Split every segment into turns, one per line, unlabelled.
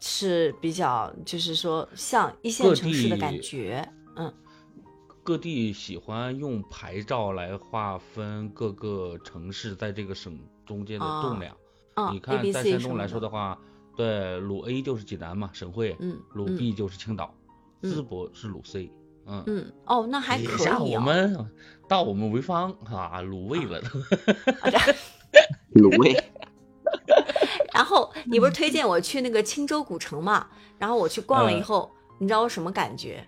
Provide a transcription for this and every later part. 是比较，就是说像一线
各
城市的感
地
觉，嗯，
各地喜欢用牌照来划分各个城市在这个省中间的
啊
重量。
啊
你
，A
看，
B
在
C
山
什
东
么
来说
的，
的话，对，鲁 A 就是济南嘛，省会；
嗯
鲁
嗯
B 就是青岛，
嗯
淄博是鲁 C。嗯，
嗯，哦，那还
一
可
下
以
我
哦，
们到我们潍坊啊，鲁味了。
卤味，
然后
嗯
你不是推荐我去那个青州古城嘛？然后我去逛了以
嗯
后，你知道我什么感觉？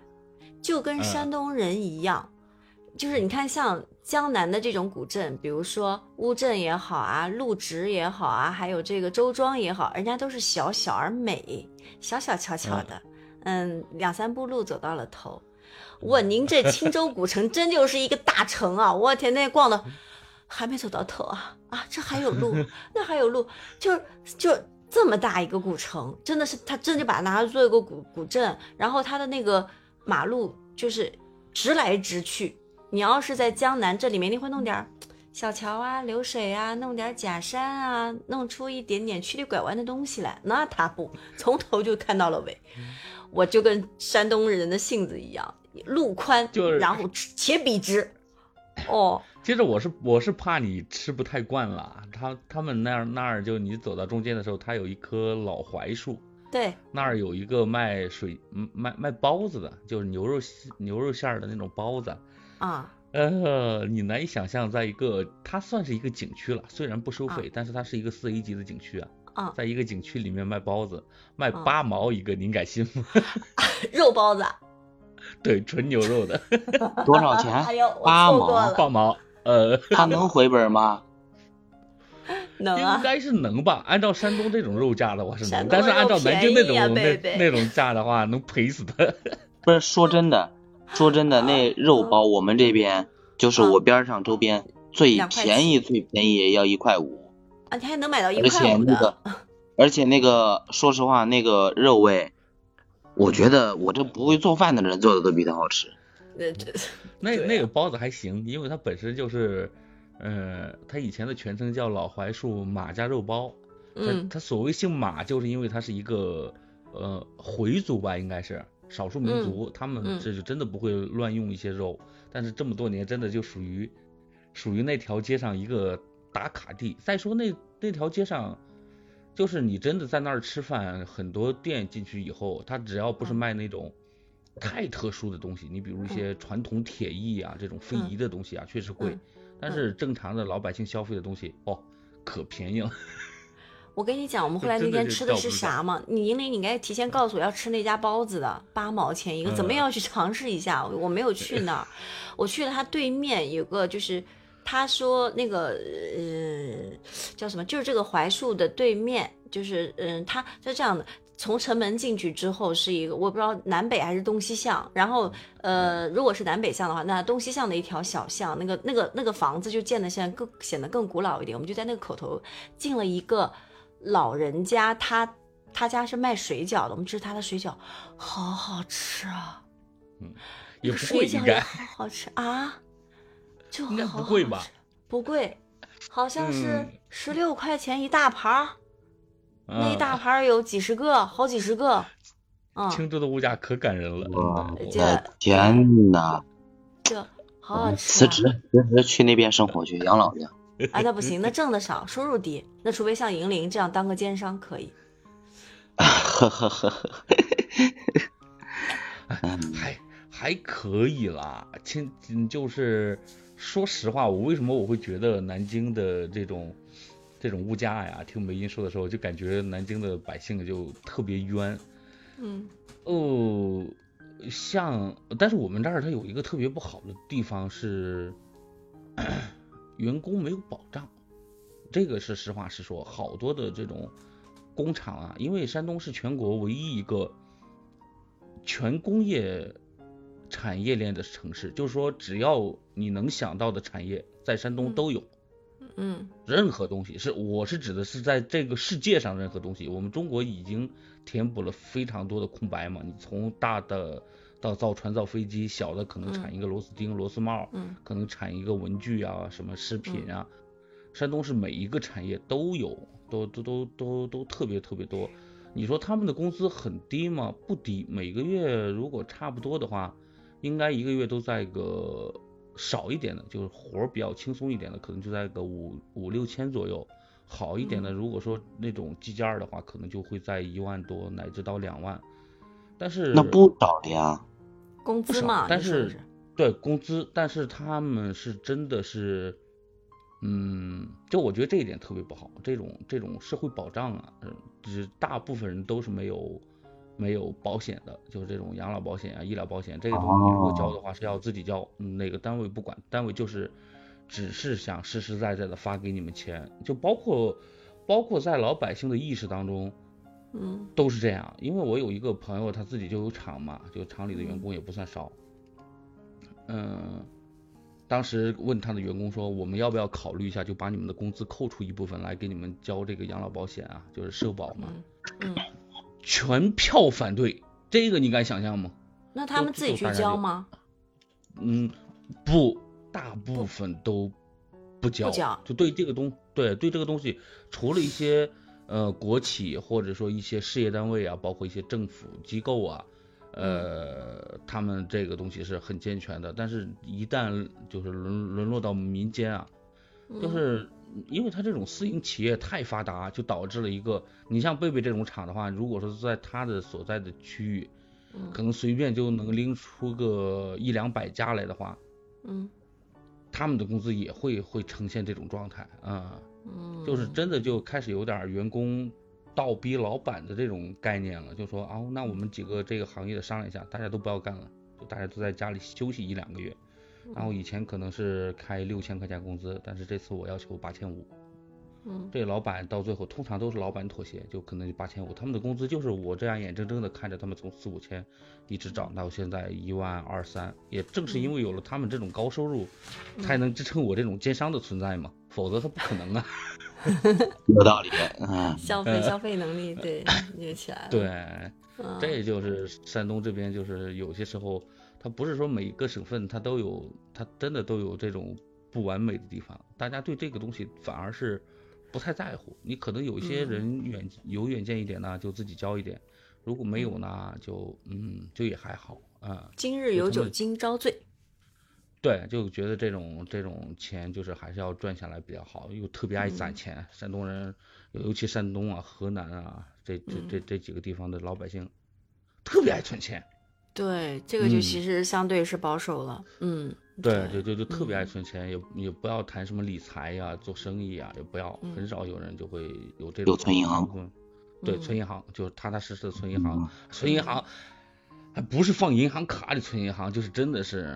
就跟
嗯
山东人一样，就是你看像江南的这种古镇，比如说乌镇也好啊，陆直也好啊，还有这个周庄也好，人家都是小小而美，小小巧巧的，嗯，两三步路走到了头。我您这青州古城真就是一个大城啊！我天，那逛的还没走到头啊啊，这还有路，那还有路，就是就这么大一个古城，真的是他真就把它拿它做一个古古镇，然后它的那个马路就是直来直去。你要是在江南这里面，你会弄点儿小桥啊、流水啊，弄点儿假山啊，弄出一点点曲里拐弯的东西来。那他不，从头就看到了尾。我就跟山东人的性子一样，路宽，
就是
然后且笔直。哦，
接着我是我是怕你吃不太惯了，啊他他们那儿那儿就你走到中间的时候，它有一棵老槐树，
对，
那儿有一个卖水嗯卖卖包子的，就是牛肉馅牛肉馅儿的那种包子。
啊，
呃，你难以想象，在一个它算是一个景区了，虽然不收费，但是它是一个四 A 级的景区啊，
啊，
在一个景区里面卖包子，卖
啊
八毛一个，您敢信吗？
肉包子啊，
对，纯牛肉的
多少
哎
钱？
呦，我
八
错过
毛
了，
八毛，呃，
他能回本吗？
能
应
啊，
该是能吧？按照山东这种肉价的话是
山
能，
东
但是
肉
按照南京那
便宜啊
种
贝
那
贝
那种价的话，能赔死他。
不是，说真的，说真的，那肉包我们这边就是
啊
我边上周边最
两块七
便宜最便宜也要一块五，
啊，你还能买到一块
而且
五
那个
的，
而且那个说实话那个肉味，我觉得我这不会做饭的人做的都比它好吃。
呃， 这
那
对
那
啊
个包子还行，因为它本身就是，呃，它以前的全称叫老槐树马家肉包。它
嗯
它所谓姓马，就是因为它是一个呃回族吧，应该是少数民族，他
嗯
们这就真的不会乱用一些肉，但是这么多年真的就属于属于那条街上一个打卡地。再说那那条街上，就是你真的在那儿吃饭，很多店进去以后，它只要不是
嗯
卖那种。太特殊的东西，你比如一些传统铁艺啊，这种非
嗯
遗的东西啊，确实贵
嗯。
但是正常的老百姓消费的东西，哦，可便宜了。
我跟你讲，我们后来那
真的
天
是
吃的
叫
是
不上
啥吗？你英玲，你应该提前告诉我要吃那家包子的，八毛钱一个，怎么
嗯
样要去尝试一下？我没有去那儿，我去了他对面有个就是。他说那个呃叫什么，就是这个槐树的对面，就是嗯，他是这样的，从城门进去之后是一个我不知道南北还是东西向，然后呃，如果是南北向的话，那东西向的一条小巷，那个那个那个房子就建的现在更显得更古老一点。我们就在那个口头进了一个老人家，他他家是卖水饺的，我们吃他的水饺，好好吃啊，
也不
水
贵，应
饺也
该
好好吃啊，就
应该
好
不贵
好
吧
吃？不贵，好像是
嗯
十六块钱一大盘儿。那一
嗯
大盘儿有几十个，好几十个，嗯，
青州的物价可感人了。
哇
嗯
这
我的哎天哪！
就好好吃、
辞
啊。
职，辞职去那边生活去养老去。
啊，那不行，那挣的少，收入低，那除非像银铃这样当个奸商可以。
呵呵 呵呵，嗯
还还可以啦，青嗯就是说实话，我为什么我会觉得南京的这种这种物价呀？听梅英说的时候，就感觉南京的百姓就特别冤
嗯
哦。像，呃但是我们这儿它有一个特别不好的地方是，呃员工没有保障，这个是实话实说。好多的这种工厂啊，因为山东是全国唯一一个全工业产业链的城市，就是说只要你能想到的产业，在山东
嗯
都有。
嗯
任何东西是，我是指的是在这个世界上任何东西，我们中国已经填补了非常多的空白嘛。你从大的到造船、造飞机，小的可能产一个螺丝钉、螺丝帽，
嗯
可能产一个文具啊，什么食品啊。山东是每一个产业都有，都都都都都特别特别多。你说他们的工资很低吗？不低，每个月如果差不多的话，应该一个月都在个少一点的，就是活儿比较轻松一点的，可能就在个五五六千左右。好一点的，
嗯
如果说那种计件儿的话，可能就会在一万多乃至到两万。但是
那不啊少的呀。
工
不
资
少
嘛，
但
你说
是对工资，但是他们是真的是，嗯，就我觉得这一点特别不好，这种这种社会保障啊，嗯只大部分人都是没有没有保险的，就是这种养老保险啊、医疗保险这个东西，你如果交的话是要自己交，嗯哪个单位不管，单位就是只是想实实在在的发给你们钱，就包括包括在老百姓的意识当中，
嗯
都是这样，因为我有一个朋友，他自己就有厂嘛，就厂里的员工也不算少。嗯，当时问他的员工说，我们要不要考虑一下，就把你们的工资扣除一部分来给你们交这个养老保险啊，就是社保嘛。
嗯嗯，
全票反对，这个你敢想象吗？
那他们自己去交吗？
嗯，不，大部分都不交，
不交
就对这个东，对对这个东西，除了一些呃国企或者说一些事业单位啊，包括一些政府机构啊，呃，他们这个东西是很健全的，但是一旦就是沦沦落到民间啊，
嗯
就是因为他这种私营企业太发达，就导致了一个，你像贝贝这种厂的话，如果说是在他的所在的区域，
嗯
可能随便就能拎出个一两百家来的话，
嗯
他们的工资也会会呈现这种状态啊、
嗯，
就是真的就开始有点儿员工倒逼老板的这种概念了，就说啊、那我们几个这个行业的商量一下，大家都不要干了，就大家都在家里休息一两个月。然后以前可能是开六千块钱工资，但是这次我要求八千五，
嗯
这老板到最后通常都是老板妥协，就可能八千五，他们的工资就是我这样眼睁睁的看着他们从四五千一直涨到现在一万二三，也正是因为有了他们这种高收入，才能支撑我这种奸商的存在嘛，否则他不可能啊。
有道理，嗯，
消费消费能力 对也起来了，
呃对，
嗯
这就是山东这边就是有些时候，它不是说每个省份它都有，它真的都有这种不完美的地方，大家对这个东西反而是不太在乎。你可能有一些人远、有远见一点呢，就自己交一点；如果没有呢，就嗯就也还好啊、
今日有
就他
酒
们
今朝醉，
对，就觉得这种这种钱就是还是要赚下来比较好，又特别爱攒钱。山东人，尤其山东啊、河南啊这这这这几个地方的老百姓，特别爱存钱。
对这个就
嗯
其实相对是保守了，嗯
对，就就就特别爱
嗯
存钱，也也不要谈什么理财呀、做生意呀、也不要，
嗯
很少有人就会有这种
有存银行
观。对，存银
嗯
行就是踏踏实实的存银行
嗯，
存银行，还不是放银行卡里存银行，就是真的是，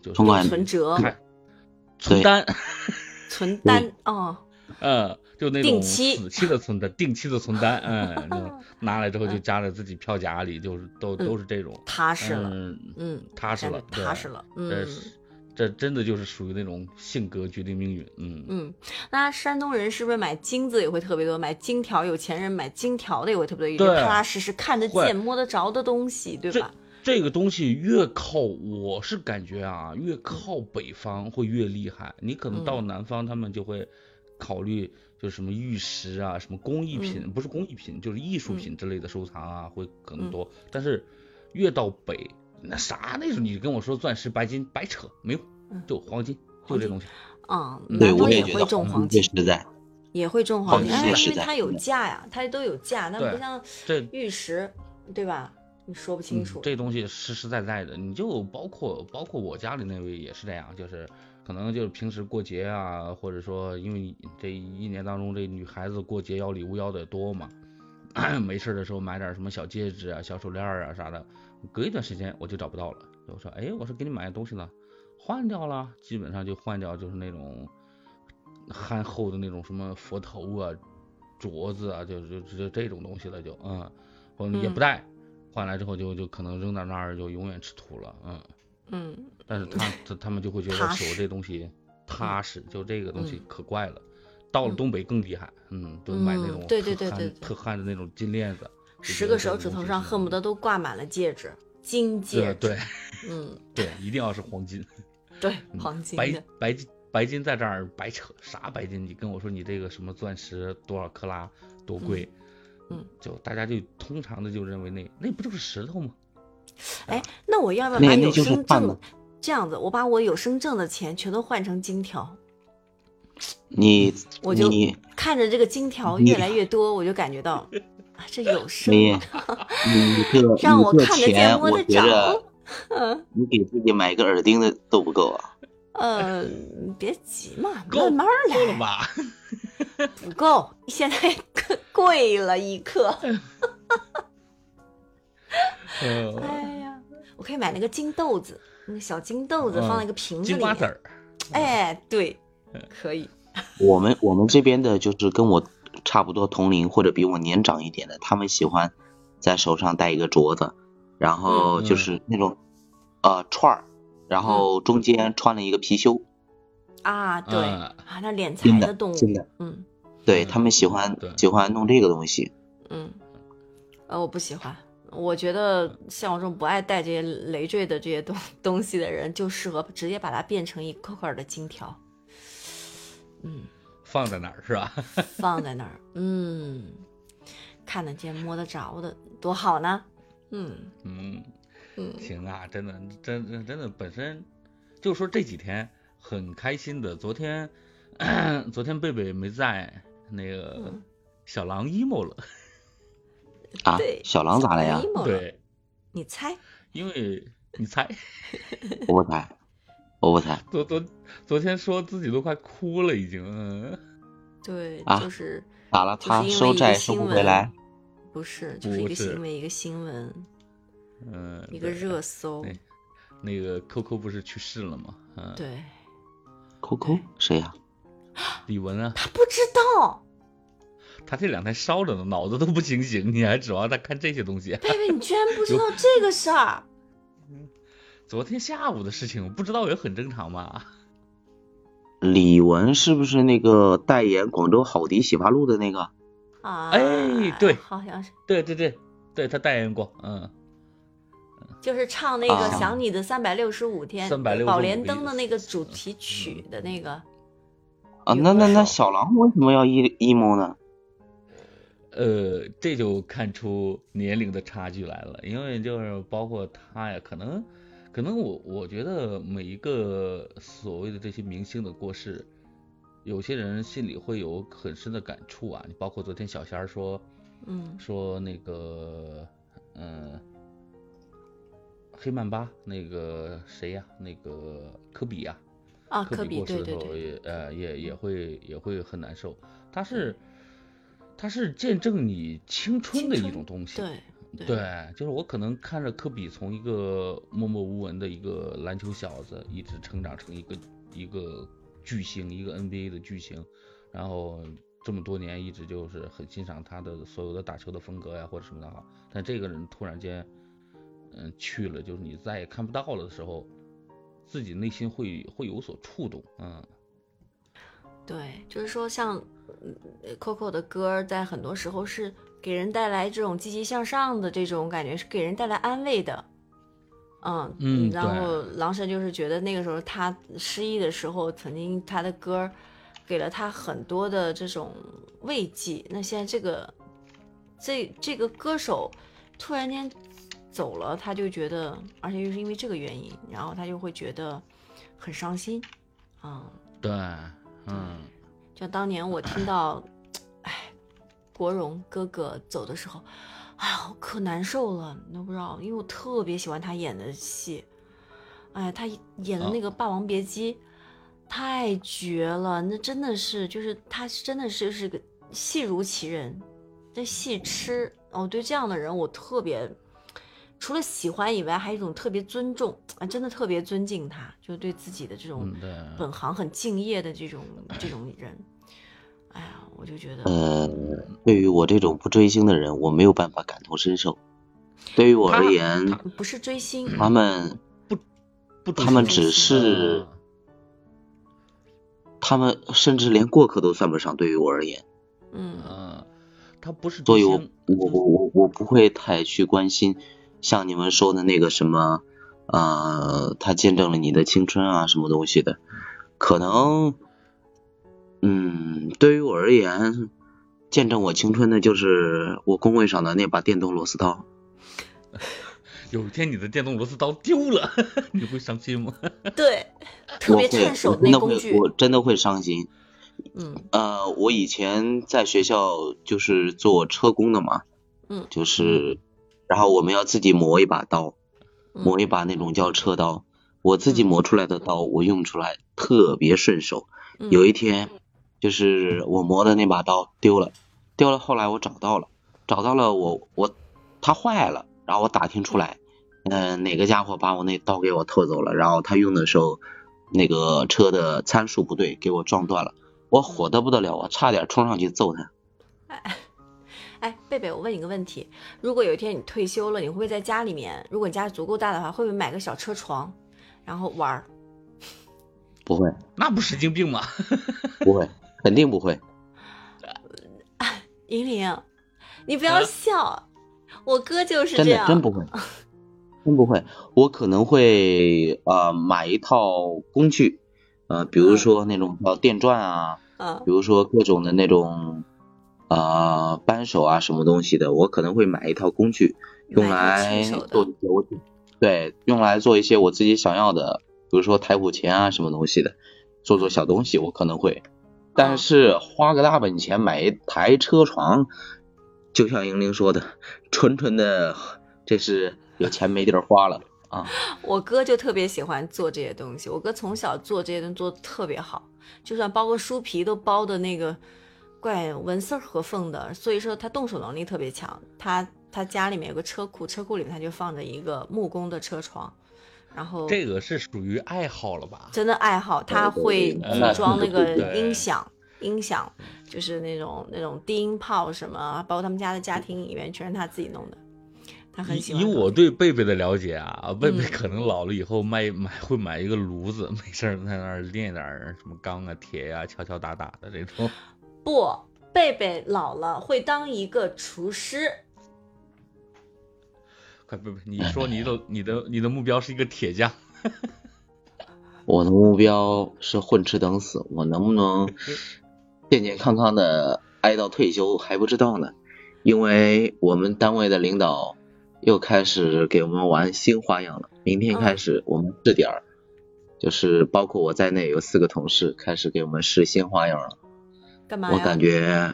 就是
存款
存折
开存单，
存单哦，
嗯，就那
定
种
期
死期的存单，定期的存单， 嗯，就拿来之后就夹在自己票夹里，就是都都是这种，
嗯踏实了，
嗯，
嗯，
踏实
感
了
觉，
对
踏实了，
这
嗯。
是呃这真的就是属于那种性格决定命运，嗯，
嗯，那山东人是不是买金子也会特别多？买金条，有钱人买金条的也会特别多，也就是
对
踏踏实实看得
会
见、摸得着的东西，对
这
吧？
这个东西越靠，我是感觉啊，越靠北方会越厉害，你可能到
嗯
南方他们就会考虑就是什么玉石啊，什么工艺品，
嗯
不是工艺品，就是艺术品之类的收藏啊，会更多，但是越到北。那啥，那时候你跟我说钻石、白金，白扯，没有
嗯，
就黄金，就
黄
这
金
东西。
啊、
嗯
对，
南
我
方
也
也
觉
会
得
种
黄
黄
金最
金，
实在。
也会种
黄
黄金，
金
但
是
是因为
在
它有价呀，它都有价，它不
对
像
这
玉石，对吧？你说不清
嗯
楚。
这东西实实在在的，你就包括包括我家里那位也是这样，就是可能就是平时过节啊，或者说因为你这一年当中这女孩子过节要礼物要的多嘛， 没事儿的时候买点儿什么小戒指啊、小手链儿啊啥的，隔一段时间我就找不到了，我说哎，我说给你买的东西呢，换掉了，基本上就换掉就是那种憨厚的那种什么佛头啊、镯子啊，就就就这种东西了就，嗯，或者也
嗯
不戴。换来之后就就可能扔到那儿就永远吃土了，嗯。
嗯，
但是他他他们就会觉
踏
得
实
手这东西踏实，就这个东西
嗯
可怪了。到了东北更厉害，嗯，就买那种
嗯
特
对对对
憨
对对
特憨的那种金链子，就觉
十
得
个
这
手指
东
头
西
上
是
恨不得都挂满了戒指，金戒
对
指。
对
嗯，
对，一定要是黄金，
对，
嗯
黄金
白
的。
白金白金在这儿白扯啥白金？你跟我说你这个什么钻石多少克拉多贵，
嗯，
就大家就通常的就认为那那不就是石头吗？
哎，那我要不要
那
把
那
有
就是
生
换
挣的
了
这样子，我把我有生挣的钱全都换成金条，
你
嗯我就
你
看着这个金条
你
越来越多，我就感觉到啊，这有生
你你这个
让我
你这
看得见
钱，
摸
我
得
觉
着
着。你给自己买个耳钉的都不够啊。
呃，别急嘛，
够
慢慢
够了
来，
吧？
不够，现在 贵了一克。
哎呃，
哎呀，我可以买那个金豆子，那个小金豆子
嗯
放在一个瓶子
金
里
瓜
面。
子儿，
哎，对，
嗯
可以。
我们我们这边的就是跟我差不多同龄或者比我年长一点的，他们喜欢在手上戴一个镯子，然后
嗯
就是那种、呃串儿，然后
嗯
中间穿了一个貔貅。
啊，对
啊
啊，那敛财
真
的
的
动物
真的，
嗯
对
嗯
他们喜欢
对
喜欢弄这个东西，
嗯，呃，我不喜欢，我觉得像我这种不爱戴这些累赘的这些东 东西的人，就适合直接把它变成一块块的金条，嗯，
放在哪儿是吧？
放在那儿，嗯，看得见摸得着的，多好呢，嗯
嗯，
嗯，
行啊，真的，真真真的本身就说这几天很开心的，昨天 昨天贝贝没在，那个
嗯
小狼 emo 了，
啊
对，
小狼咋了呀？
emo 了
对，
你猜？
因为你猜，
我不猜，我 不猜，
昨昨昨天说自己都快哭了已经，嗯。
对，
啊
就是
咋了？
就是
他
因为
收
一个
债收
新
不回
闻
来，
不是，就是
不
一个
是
新闻，一个新闻，
嗯，
一个
对
热搜，
对那个 Coco 不是去世了吗？嗯，，
对
扣扣谁呀、
李玟啊，
他不知道。
他这两天烧着呢，脑子都不清醒， 你还指望他看这些东西？
贝贝，你居然不知道这个事儿？
昨天下午的事情，不知道也很正常嘛。
李玟是不是那个代言广州好迪洗发露的那个？
啊，
哎对
好像是，
对对对，对他代言过，嗯，
就是唱那个
啊
《想你的三百六十五天》
365
宝莲灯的那嗯个主题曲的那个，有
啊，那那
多
那
少
小狼为什么要 emo emo 呢？
呃，这就看出年龄的差距来了，因为就是包括他呀，可能，可能我我觉得每一个所谓的这些明星的过世，有些人心里会有很深的感触啊。你包括昨天小仙儿说，
嗯
说那个，嗯、黑曼巴那个谁呀、那个科比呀、
啊，
科
科比，
过世
对
的
对嗯
时候
对，
也呃也也会也会很难受，它是它是见证你青春的一种东西，
对对
对，就是我可能看着科比从一个默默无闻的一个篮球小子，一直成长成一个一个巨星，一个 NBA 的巨星，然后这么多年一直就是很欣赏他的所有的打球的风格呀或者什么的哈，但这个人突然间，嗯，去了，就是你再也看不到了的时候，自己内心会会有所触动，嗯，
对，就是说像嗯呃 Coco 的歌儿，在很多时候是给人带来这种积极向上的这种感觉，是给人带来安慰的。嗯
嗯
然
对
后狼神就是觉得那个时候他失意的时候，曾经他的歌儿给了他很多的这种慰藉。那现在这个这这个歌手突然间走了，他就觉得，而且又是因为这个原因，然后他就会觉得很伤心。嗯，
对，嗯，
就当年我听到，哎，国荣哥哥走的时候，哎呀，我可难受了，你都不知道，因为我特别喜欢他演的戏，哎，他演
啊
的那个《霸王别姬》太绝了，那真的是，就是他是真的是是个戏如其人，这戏痴，哦，对这样的人我特别。除了喜欢以外，还有一种特别尊重啊，真的特别尊敬他，就对自己的这种
嗯对
本行很敬业的这种这种人，哎呀，我就觉得，
呃，对于我这种不追星的人，我没有办法感同身受。对于我
他
而言，
不是追星，
他们
不
他们
追星
只是
嗯
他们甚至连过客都算不上。对于我而言，
嗯
嗯，他不是
所
追
以我
星，
我我我我不会太去关心像你们说的那个什么，呃，他见证了你的青春啊，什么东西的，可能，嗯，对于我而言，见证我青春的就是我工位上的那把电动螺丝刀。
有一天你的电动螺丝刀丢了， 你会伤心吗？
对，特别
我会
趁手
我
的
真
那
的
工
会，
具，
我真的会伤心。
嗯
呃，我以前在学校就是做车工的嘛，
嗯
就是，然后我们要自己磨一把刀，磨一
嗯
把那种叫车刀。我自己
嗯
磨出来的刀，我用出来特别顺手。
嗯，
有一天，就是我磨的那把刀丢了，丢了。后来我找到了，找到了我我它坏了，然后我打听出来，嗯、哪个家伙把我那刀给我偷走了，然后他用的时候那个车的参数不对，给我撞断了。我火得不得了，我差点冲上去揍他。
哎，贝贝，我问你个问题：如果有一天你退休了，你会不会在家里面，如果你家足够大的话，会不会买个小车床，然后玩儿？
不会，
那不神经病吗？
不会，肯定不会。
银铃，你不要
啊
笑，我哥 就是
呃真
这
的
样，
真不 会，真不会。我可能会呃买一套工具，呃，比如
嗯
说那种叫电钻啊，
嗯
比如说各种的那种呃扳手啊，什么东西的，我可能会买一套工具，用
买一
来
套亲手的
做一些我对，用来做一些我自己想要的，比如说台谱钳啊，什么东西的，做做小东西，我可能会。但是花个大本钱买一台车床，就像莹玲说的，纯纯的，这是有钱没地儿花了啊！
我哥就特别喜欢做这些东西，我哥从小做这些东西做的特别好，就算包个书皮都包的那个怪纹丝儿合缝的，所以说他动手能力特别强。他他家里面有个车库，车库里面他就放着一个木工的车床，然后
这个是属于爱好了吧？
真的爱好，他
对
会
对
组装那个
对
音响，音响就是那种那种低音炮什么，啊包括他们家的家庭影院全是他自己弄的，他很
以
喜欢
以
搞。
我对贝贝的了解啊，贝贝
嗯
可能老了以后卖买会买一个炉子， 没事儿在那儿练点儿什么钢啊、铁呀、敲敲打打的这种。
不，贝贝老了会当一个厨师，
快贝贝，你说你 的你的你的目标是一个铁匠，
我的目标是混吃等死，我能不能健健康康的挨到退休还不知道呢，因为我们单位的领导又开始给我们玩新花样了。明天开始我们试点儿，就是包括我在内有四个同事开始给我们试新花样了。
干嘛呀？
我感觉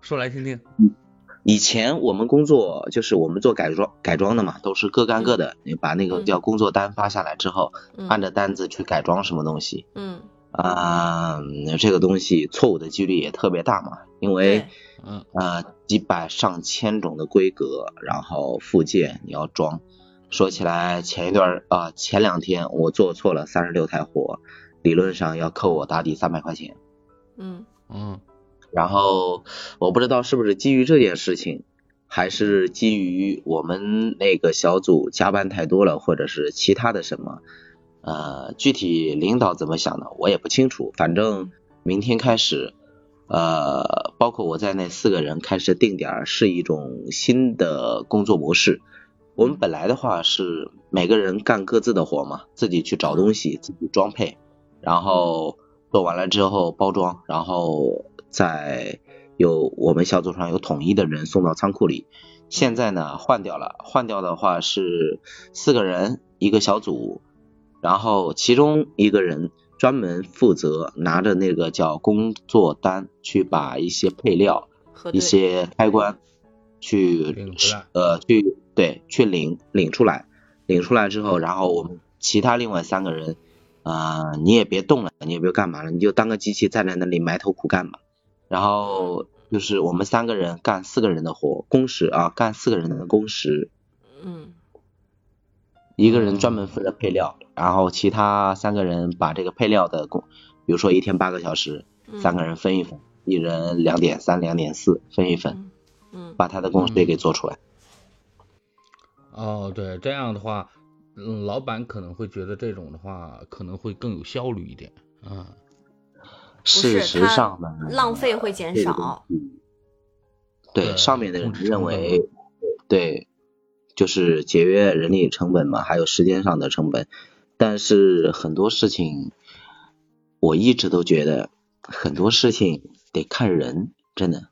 说来听听。
以前我们工作就是我们做改装改装的嘛，都是各干各的，你把那个
嗯
叫工作单发下来之后，
嗯
按照单子去改装什么东西。
嗯，
啊、这个东西错误的几率也特别大嘛，因为
对
嗯，
啊、几百上千种的规格，然后附件你要装。说起来，前一段儿啊、前两天我做错了三十六台货，理论上要扣我打底三百块钱。
嗯
嗯，
然后我不知道是不是基于这件事情，还是基于我们那个小组加班太多了，或者是其他的什么，呃，具体领导怎么想的我也不清楚。反正明天开始，呃，包括我在内四个人开始定点儿是一种新的工作模式。我们本来的话是每个人干各自的活嘛，自己去找东西，自己装配，然后做完了之后包装，然后再有我们小组上有统一的人送到仓库里。现在呢换掉了，换掉的话是四个人一个小组，然后其中一个人专门负责拿着那个叫工作单去把一些配料
核对
一些开关去
领回来
呃去对去领领出来，领出来之后，然后我们其他另外三个人，啊、你也别动了，你也别干嘛了，你就当个机器站在那里埋头苦干吧。然后就是我们三个人干四个人的活，工时啊，干四个人的工时，
嗯
一个人专门负责配料，然后其他三个人把这个配料的工，比如说一天八个小时，
嗯
三个人分一分，一人两点三、两点四分一分，
嗯嗯
把他的工时也给做出来。
哦，对，这样的话，嗯，老板可能会觉得这种的话可能会更有效率一点。嗯，
不
事
是
实
它
上呢，
浪费会减
这个东
少，
西对
对
上面的
控
人
制成
认
本
为，对，就是节约人力成本嘛，还有时间上的成本。但是很多事情，我一直都觉得很多事情得看人，真的。